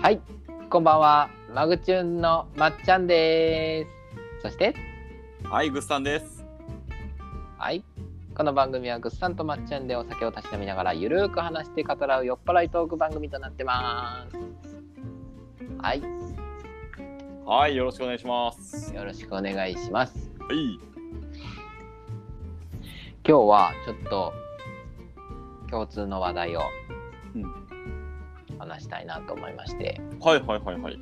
はい、こんばんは。マグチューンのまっちゃんです。そして、はい、グッさんです。はい。この番組はぐっさんとまっちゃんでお酒をたしなみながらゆるーく話して語らう酔っ払いトーク番組となってます。はい、はい、よろしくお願いします。よろしくお願いします。はい、今日はちょっと共通の話題をうん話したいなと思いまして、はい、はい、はい、はい。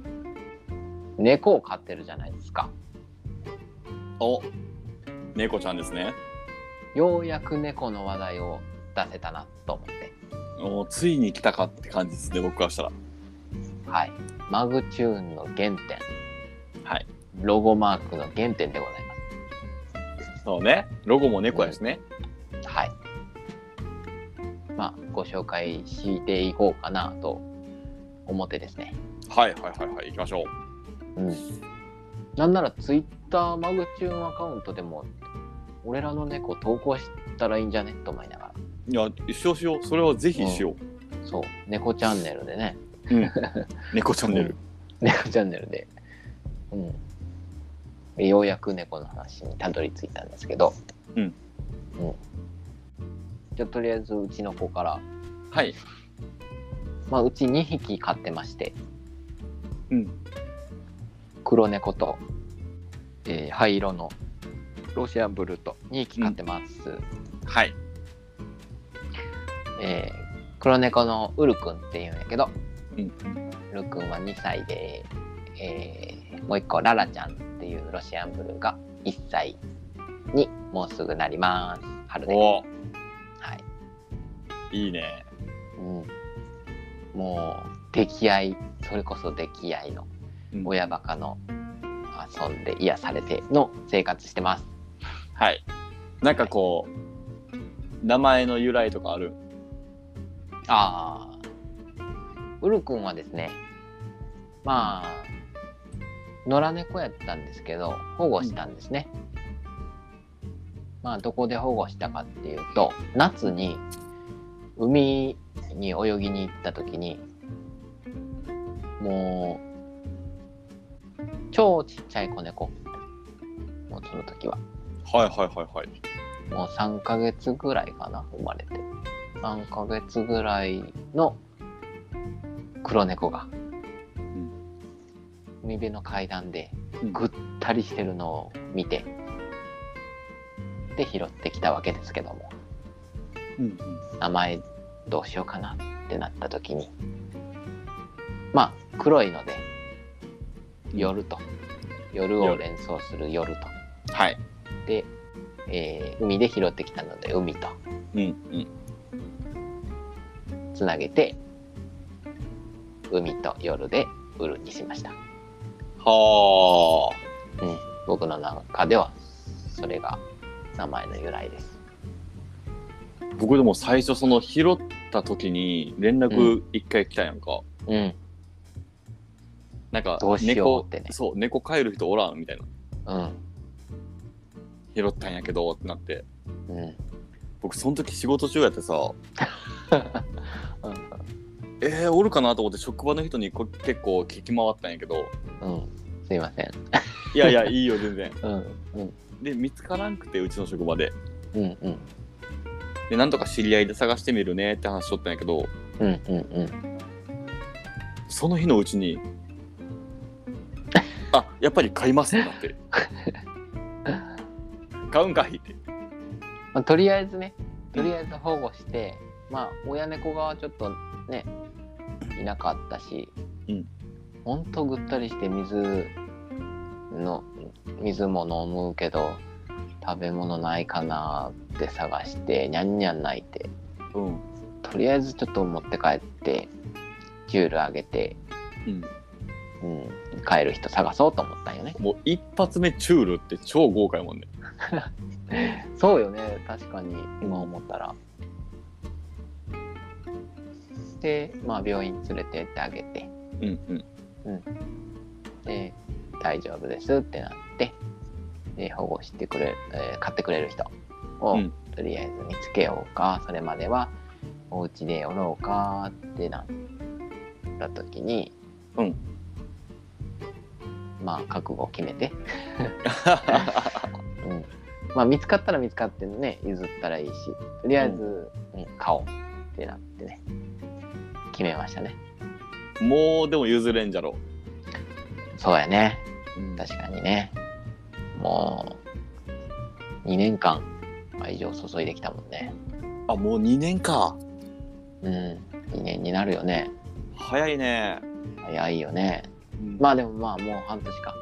猫を飼ってるじゃないですか。お、猫ちゃんですね。ようやく猫の話題を出せたなと思って。お、ついに来たかって感じですね、僕からしたら。はい。マグチューンの原点。はい。ロゴマークの原点でございそうね、ロゴも猫やしね。ます。はい。まあ、ご紹介していこうかなと思ってですね。はい、はい、はい、はい、行きましょう。うん。なんならツイッターマグチューンアカウントでも、俺らの猫投稿したらいいんじゃねと思いながら。いや、一生しよう。それはぜひしよう。そう。猫チャンネルでね。猫チャンネル。猫 チャンネルで。うん。ようやく猫の話にたどり着いたんですけど。うん。うん。じゃあとりあえずうちの子から、はい。まあうち2匹飼ってまして、うん。黒猫と、えー灰色のロシアンブルーと2匹飼ってます。はい。えー黒猫のウルくんっていうんやけど、うん。ウルくんは2歳で、えーもう1個ララちゃんっていうロシアンブルーが1歳にもうすぐなります。春で。お、はい。いいね。うん、もう溺愛それこそ溺愛のうん親バカの遊んで癒されての生活してますはい。なんかこう、名前の由来とかある。ああウル君はですねまあ野良猫やったんですけど保護したんですね、まあどこで保護したかっていうと夏に海に泳ぎに行った時にもう超ちっちゃい子猫もうその時ははい、はい、はい、はい。もう3ヶ月ぐらいかな、生まれて。3ヶ月ぐらいの黒猫が、ん海辺の階段でうんぐったりしてるのを見て、で、拾ってきたわけですけども、うん。名前どうしようかなってなった時に、まあ、黒いので、夜と、夜を連想する夜と。はい。で、えー海で拾ってきたので、海と。うん。うん。つなげて海と夜で夜にしました、はあ。うん、僕の中ではそれが名前の由来です僕でも最初その拾った時に連絡一回来たやんか、うんなんかどうしようってね猫そう猫飼える人おらんみたいなうん拾ったんやけどってなってうん僕その時仕事中やっ てさえー、おるかなと思って職場の人にこ結構聞き回ったんやけどうんすいませんいやいやいいよ全然うんうんで見つからんくてうちの職場でうんうんでなんとか知り合いで探してみるねって話しとったんやけどうんうんうんその日のうちに「あやっぱり買います」ってな って「買うんかい」ってまあ、とりあえずねとりあえず保護して、まあ親猫がちょっとねいなかったし、うんほんとぐったりして水の水も飲むけど食べ物ないかなって探してにゃんにゃん泣いてうんとりあえずちょっと持って帰ってジュールあげて、うんうん、帰る人探そうと思ったんよねもう一発目チュールって超豪華やもんね。そうよね確かに今思ったら。で、まあ、病院連れてってあげてうんうん。で大丈夫ですってなってで保護してくれ、えー買ってくれる人を、うんとりあえず見つけようかそれまではお家でおろうかってなった時にうんまあ覚悟を決めて、うん、まあ見つかったら見つかってね譲ったらいいしとりあえず、うん買おうってなってね決めましたねもうでも譲れんじゃろそうやねうん確かにねもう2年間愛情を注いできたもんねあもう2年かうん2年になるよね早いね、早いよねまあでもまあもう半年か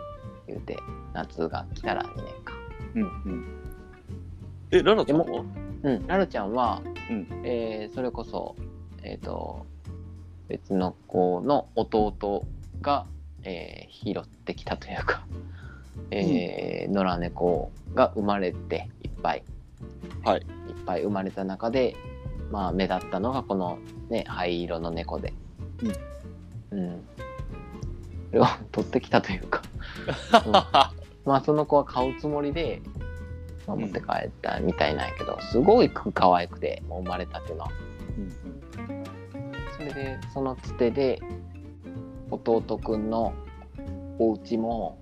言うて夏が来たら2年かうんうんえララちゃんはでうん、ラルちゃんは、うんえーそれこそ、えー、と別の子の弟が、えー拾ってきたというか、 えー野良猫が生まれていっぱい、はいいっぱい生まれた中で、まあ、目立ったのがこの、ね、灰色の猫で、うんそれを 取ってきたというか、うんまあ、その子は買うつもりで、まあ持って帰ったみたいなんやけど、すごい可愛くてもう生まれたてのうんそれでそのつてで弟くんのお家も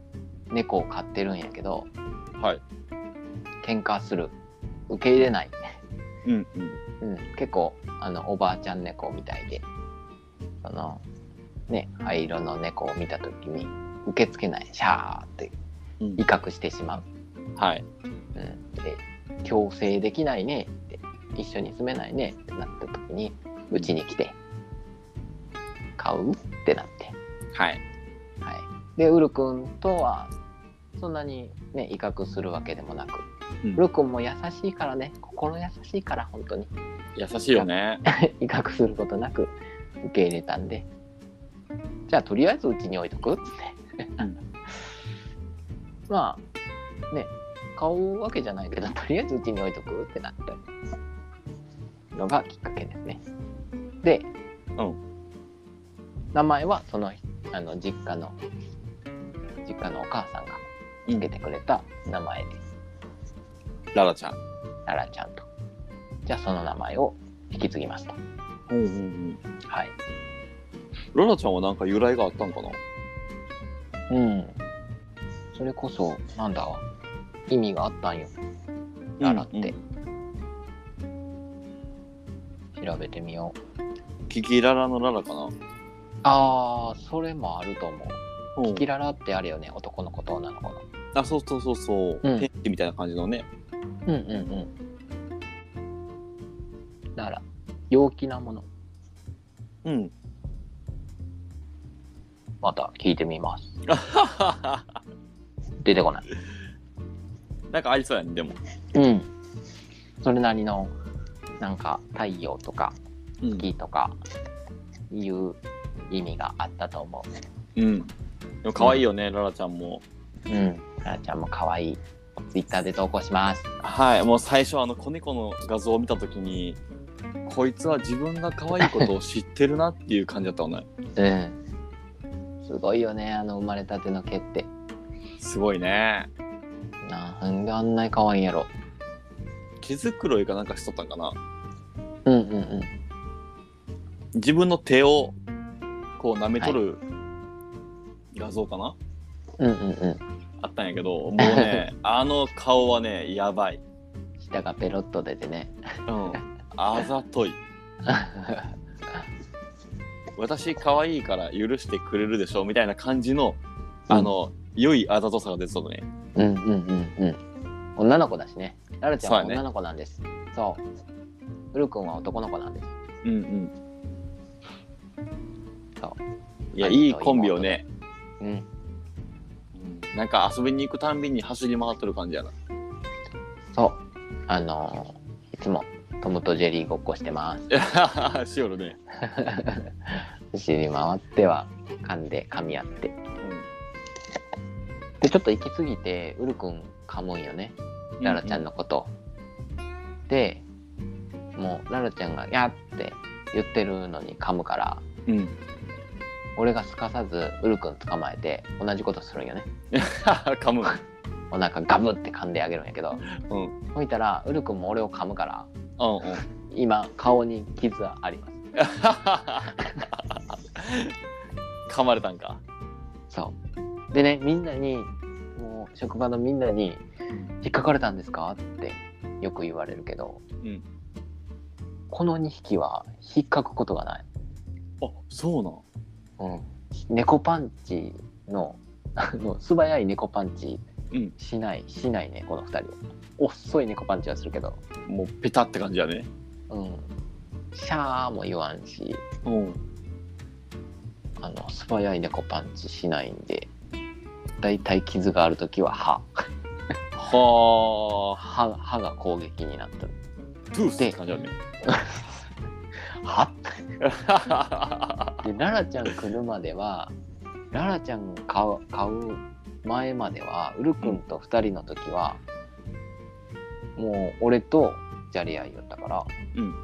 猫を飼ってるんやけどうんはい喧嘩する受け入れない、うんうんうん、結構あのおばあちゃん猫みたいでそのね灰色の猫を見た時に受け付けないシャーってうん威嚇してしまうはいうん、で強制できないねって一緒に住めないねってなった時にうちに来て買うってなって、はいはい、でウル君とはそんなにね威嚇するわけでもなく、うんウル君も優しいからね心優しいから本当に優しいよ ね威嚇することなく受け入れたんでじゃあとりあえずうちに置いとくっつって、うん まあね買うわけじゃないけどとりあえずうちに置いとくってなったのがきっかけですねで、うん名前はそのあの実家の実家のお母さんがつけてくれた名前でララちゃんララちゃんとじゃあその名前を引き継ぎますとうんうんうんはいララちゃんはなんか由来があったんかなうん。それこそ、なんだ、意味があったんよ、ララって。調べてみよう。キキララのララかなあー、それもあると思う。うキんキララってあるよね、男の子と女の子の。あそうそうそうそううん天気みたいな感じのねうんうんうん。ララ、陽気なもの、うん また聞いてみます。な出てこない。んかありそうやねでもうん。それなりの、なんか、太陽とかうん月とか、いう意味があったと思う。うんでも可愛いよねララちゃんもうん、あらちゃんも可愛い。ツイッターで投稿します。はいもう最初あの子猫の画像を見た時にこいつは自分が可愛いことを知ってるなっていう感じだったのねうん。すごいよね、あの生まれたての毛って。すごいねなんであんなに可愛いんやろ。毛づくろいかなんかしとったんかなうんうんうん。自分の手をこう舐めとる画像かな、うんうんうん。あったんやけどもうねあの顔はねやばい、舌がペロッと出てね。うん、あざとい私可愛いから許してくれるでしょみたいな感じのあの、良いあざとさが出てたのね うんうんうんうん。女の子だしね。ラルちゃんはそうやね女の子なんです。そう,、ウル君は男の子なんです。うんうんそいやいいコンビをね、うん。うんなんか遊びに行くたんびに走り回ってる感じやなそう。あのーいつもトムとジェリーごっこしてます。 しおるね、走り回っては噛んで噛み合って。うでちょっと行き過ぎてウル君噛むんよねララちゃんのこと、でもうララちゃんが「やっ!」て言ってるのに噛むからうん俺がすかさずウル君捕まえて同じことするんよね 噛むお腹ガブって噛んであげるんやけどうんうんほいたらウル君も俺を噛むからうん 今顔に傷あります噛まれたんか。そう。でね、みんなに、もう職場のみんなに、引っかかれたんですかってよく言われるけど、うんこの2匹は引っかくことがない。あ、そうなん。うん、猫パンチの、 あの素早い猫パンチうんしない、しないね、この2人は。遅い猫パンチはするけど、もうペタって感じやね。うん、シャーも言わんし、うん。あの素早い猫パンチしないんで、だいたい傷があるときは歯は歯。歯が攻撃になったる。あ。トゥースって感じやね。歯ってでララちゃん来るまではララちゃん買う買う前まではウル君と2人の時は、もう俺とじゃれ合いよったから、うん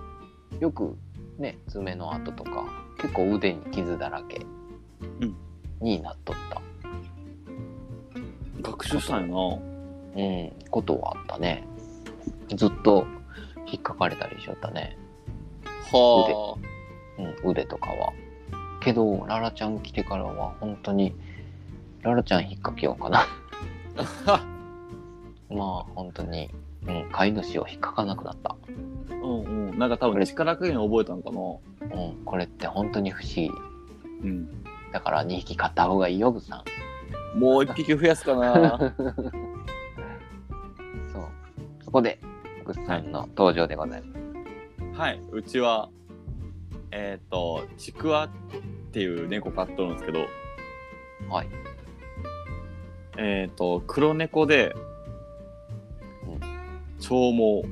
よくね爪の跡とか結構腕に傷だらけうんになっとった、学習したんやな。うん、ことはあったねずっと引っかかれたりしよったね、はうん、腕とかはけどララちゃん来てからは本当にララちゃん引っ掛けようかな あ。まあ本当に、うん、飼い主を引っかかなくなった、うんうん。なんか多分力加減覚えたんかな。うん、これって本当に不思議うん。だから2匹飼った方がいいよぐさんもう一匹増やすかな。そうそこでぐさんの登場でございます、はい。うちは、えっ、と、ちくわっていう猫飼っとるんですけど、はいえっ、と、黒猫でうん、長毛。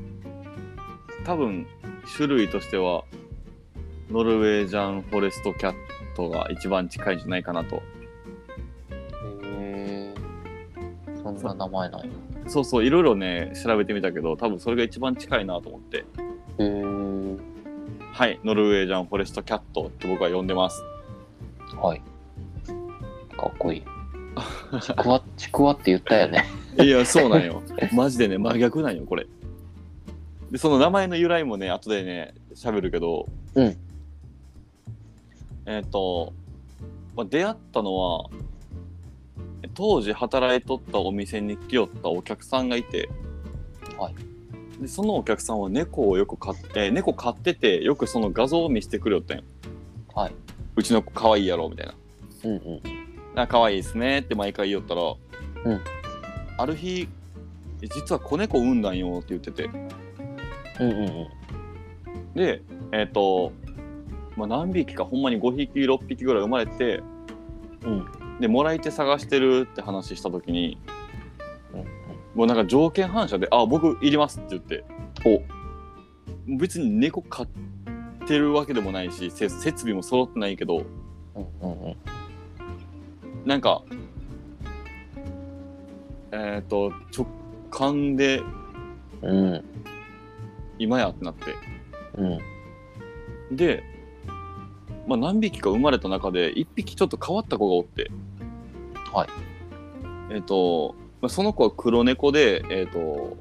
多分、種類としては、ノルウェージャンフォレストキャットが一番近いんじゃないかなと。へえそんな名前なんやそうそう、いろいろね、調べてみたけど、多分それが一番近いなと思って、へえはい、ノルウェージャンフォレストキャットって僕は呼んでます。はいかっ こいいちくわちくわって言ったよねいや、そうなんよ。 マジでね、真逆なんよ、これ。で、その名前の由来もね、後でね、喋るけど、うんえっ、と、まあ、出会ったのは、当時働いとったお店に来よったお客さんがいて、はいでそのお客さんは猫をよく飼って、えー猫飼ってて、よくその画像を見せてくれよったんよはいうちの子可愛いやろ、みたいな。うんうんあ可愛いですねって毎回言おったら、うんある日え実は子猫産んだんよって言っててうんうんうんでえっ、と、まあ、何匹かほんまに5匹6匹ぐらい生まれて、でもらい手探してるって話した時にうんもうなんか条件反射で「あ僕いります」って言ってお別に猫飼ってるわけでもないしせ設備も揃ってないけどうんうんうんなんか、えっ、と、直感でうん今やってなって。うんで、まあ、何匹か生まれた中で、1匹ちょっと変わった子がおって。はい。えっ、と、まあ、その子は黒猫で、えっ、と、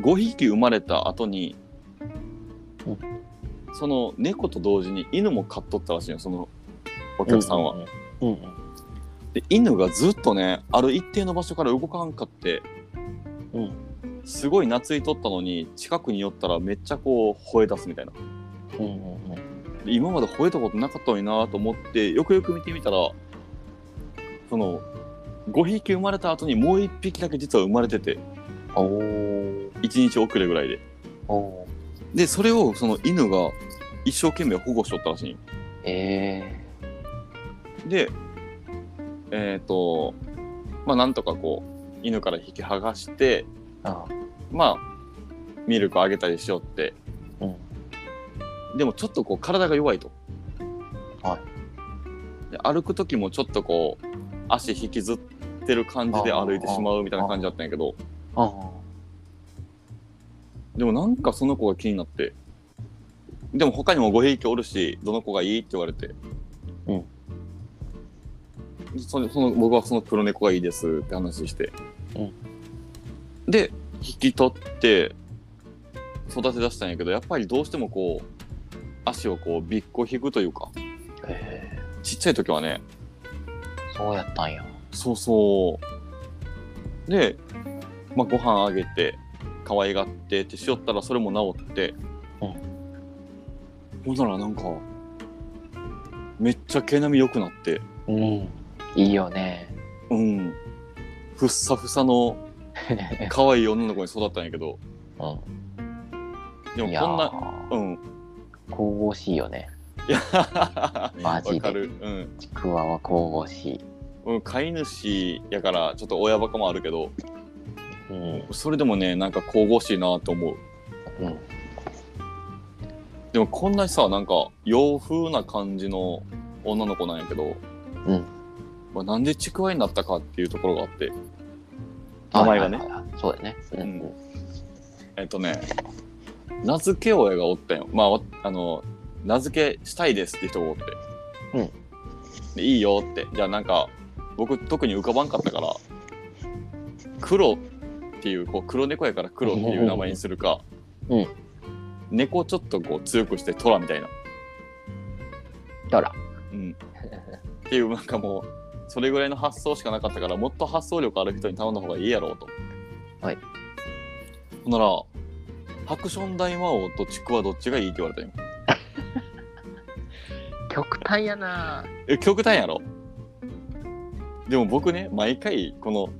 5匹生まれた後にう、その猫と同時に犬も飼っとったらしいよ、そのお客さんは。うんうんで犬がずっとねある一定の場所から動かんかって、うんすごい懐いとったのに近くに寄ったらめっちゃこう吠え出すみたいなうんうんうんで今まで吠えたことなかったのになと思ってよくよく見てみたらその5匹生まれた後にもう1匹だけ実は生まれてておー1日遅れぐらいでおーでそれをその犬が一生懸命保護しとったらしいんよええでえっ、とまあなんとかこう犬から引き剥がしてあまあミルクあげたりしよってうんでもちょっとこう体が弱いと、、はいで歩く時もちょっとこう足引きずってる感じで歩いてしまうみたいな感じだったんやけどあでもなんかその子が気になってでも他にも5匹おるしどの子がいいって言われてうんそのその僕はその黒猫がいいですって話して、うんで引き取って育て出したんやけどやっぱりどうしてもこう足をこうびっこ引くというかへちっちゃい時はねそうやったんや。そうそうで、まあ、ご飯あげて可愛がってってしよったらそれも治って、うんほんならなんかめっちゃ毛並み良くなってうん。いいよ ね。うんふっさふさの可愛い女の子に育ったんやけどうでん。もいやーこんなうん神々しいよね。いやマジで わかるうんちくわは神々しい。うん、飼い主やからちょっと親バカもあるけどうん。それでもねなんか神々しいなと思ううん。でもこんなさなんか洋風な感じの女の子なんやけど、うんまあ、なんでちくわになったかっていうところがあって名はい前がねはいはいはいそうだね。うんうえっとね名付け親がおったんよまあわあの名付けしたいですって人がおって、うんでいいよってじゃあなんか僕特に浮かばんかったから黒っていうこう黒猫やから黒っていう名前にするか、うん猫ちょっとこう強くして虎みたいな、うん。だら。うん、っていうなんかもうそれぐらいの発想しかなかったからもっと発想力ある人に頼んだ方がいいやろうと。はい。ほんならハクション大魔王とちくわどっちがいいって言われたよ。極端やな。え極端やろでも僕ね毎回この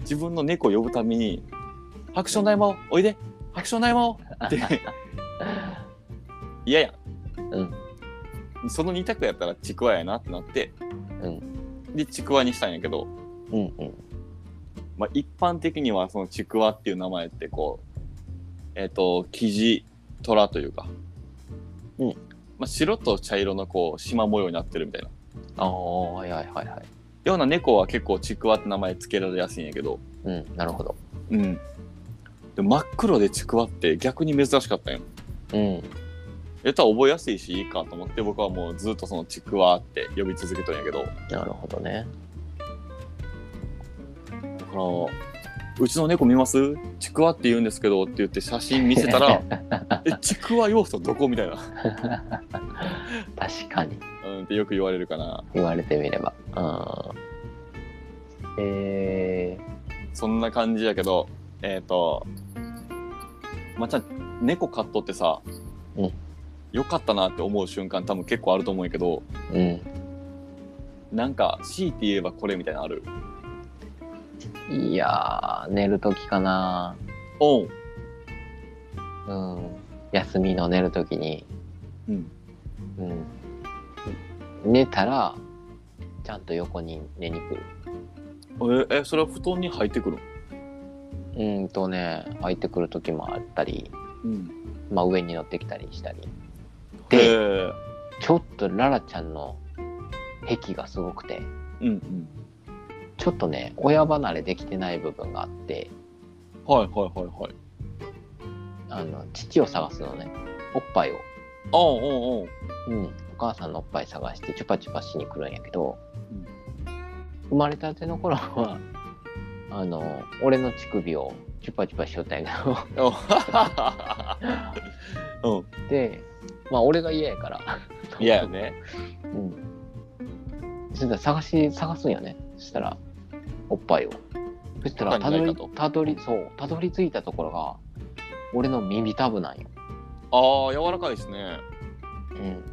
自分の猫を呼ぶために「ハクション大魔王おいでハクション大魔王!」って「いやいや」その2択やったらちくわやなってなって、でちくわにしたんやけど、うんうん。まあ、一般的にはそのちくわっていう名前ってこうえっ、と生地虎というか、うんまあ、白と茶色のこう縞模様になってるみたいなああ、はいはいはいはい。ような猫は結構ちくわって名前つけられやすいんやけど、うん。なるほど。うん、で真っ黒でちくわって逆に珍しかったんよ。うん。やったら覚えやすいしいいかと思って僕はもうずっとそのちくわって呼び続けとんやけどだかなるほどね。ら「うちの猫見ますちくわって言うんですけど」って言って写真見せたら「えちくわ要素どこ?」みたいな、 確かに。うん、ってよく言われるかな言われてみれば。うん。えそんな感じやけどえっ、とまた猫飼っとってさ、うんよかったなって思う瞬間多分結構あると思うんやけどー、うん。なんか強いて言えばこれみたいなのあるいやー、寝るときかな。おんうん。休みの寝るときに。うんうん。寝たら、ちゃんと横に寝に来る。ええそれは布団に入ってくるうんとね、入ってくるときもあったり、うんまあ上に乗ってきたりしたり。へで、えちょっとララちゃんの癖がすごくて、うんうんちょっとね、親離れできてない部分があって、はいはいはいはいあの、父を探すのね、おっぱいを。あおんおんうん、お母さんのおっぱい探してチュパチュパしに来るんやけど、うん生まれたての頃は あの俺の乳首をチュパチュパしよったんやけおん うんどでまあ俺が嫌やから嫌やね うんそしたら探し探すんよねそしたらおっぱいをそしたらた他どにないりかとたどりそうたどり着いたところが俺の耳たぶなんよ、ああ柔らかいですねうん、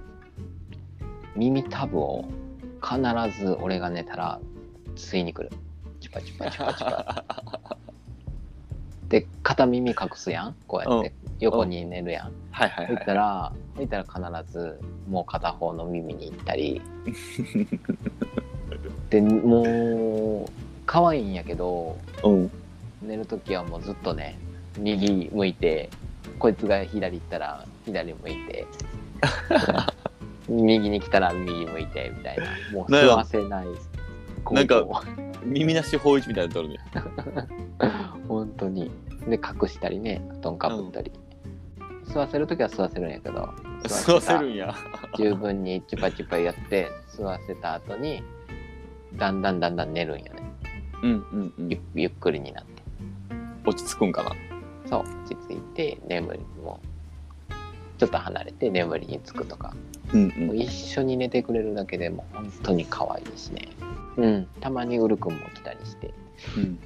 耳たぶを必ず俺が寝たら吸いに来るチュパチュパチュパチュパ で片耳隠すやんこうやって横に寝るやんはいはいそはしいたらそしたら必ずもう片方の耳に行った りでもう可愛いんやけどうん寝る時はもうずっとね右向いてこいつが左行ったら左向い て右に来たら右向いてみたいなもう吸わせないなんか行動耳なし法一みたいなとるね 本当にで隠したりね布団かぶったり、吸わせる時は吸わせるんやけど吸わせるんや十分にチュパチュパやって吸わせた後にだんだんだんだん寝るんよねうんうんうゆっんゆっくりになって落ち着くんかなそう落ち着いて眠りもちょっと離れて眠りにつくとか、うんもう一緒に寝てくれるだけでも本当に可愛いしね。うん、たまにウル君も来たりして、うん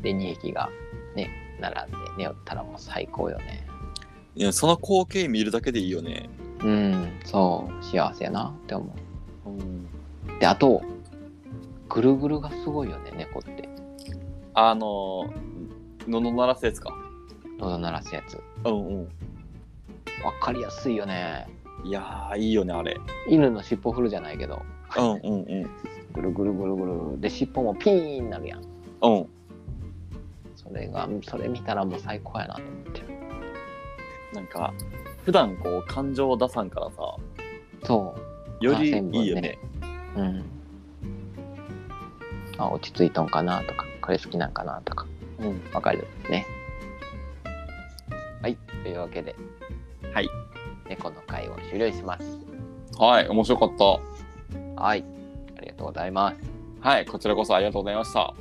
で、2匹がね、並んで寝よったらもう最高よね。いやその光景見るだけでいいよね、うん、そう、幸せやなって思うん、う。で、あと、ぐるぐるがすごいよね、猫って。あののの鳴らすやつか喉鳴らすやつ。うんうんわかりやすいよね。いやーいいよねあれ犬の尻尾振るじゃないけど、うんうんうんぐるぐるぐるぐる。で、尻尾もピーンなるやん。うんそれが、それ見たらもう最高やなと思って。なんか普段こう感情を出さんからさそよりあ全部いいよねねう。うん。あ、落ち着いとんかなとか、これ好きなんかなとか、うんわかるね。はい。というわけで、はい。猫の会を終了します。はい面白かっはい。ありがとうございます。たはいこちらこそありがとうございました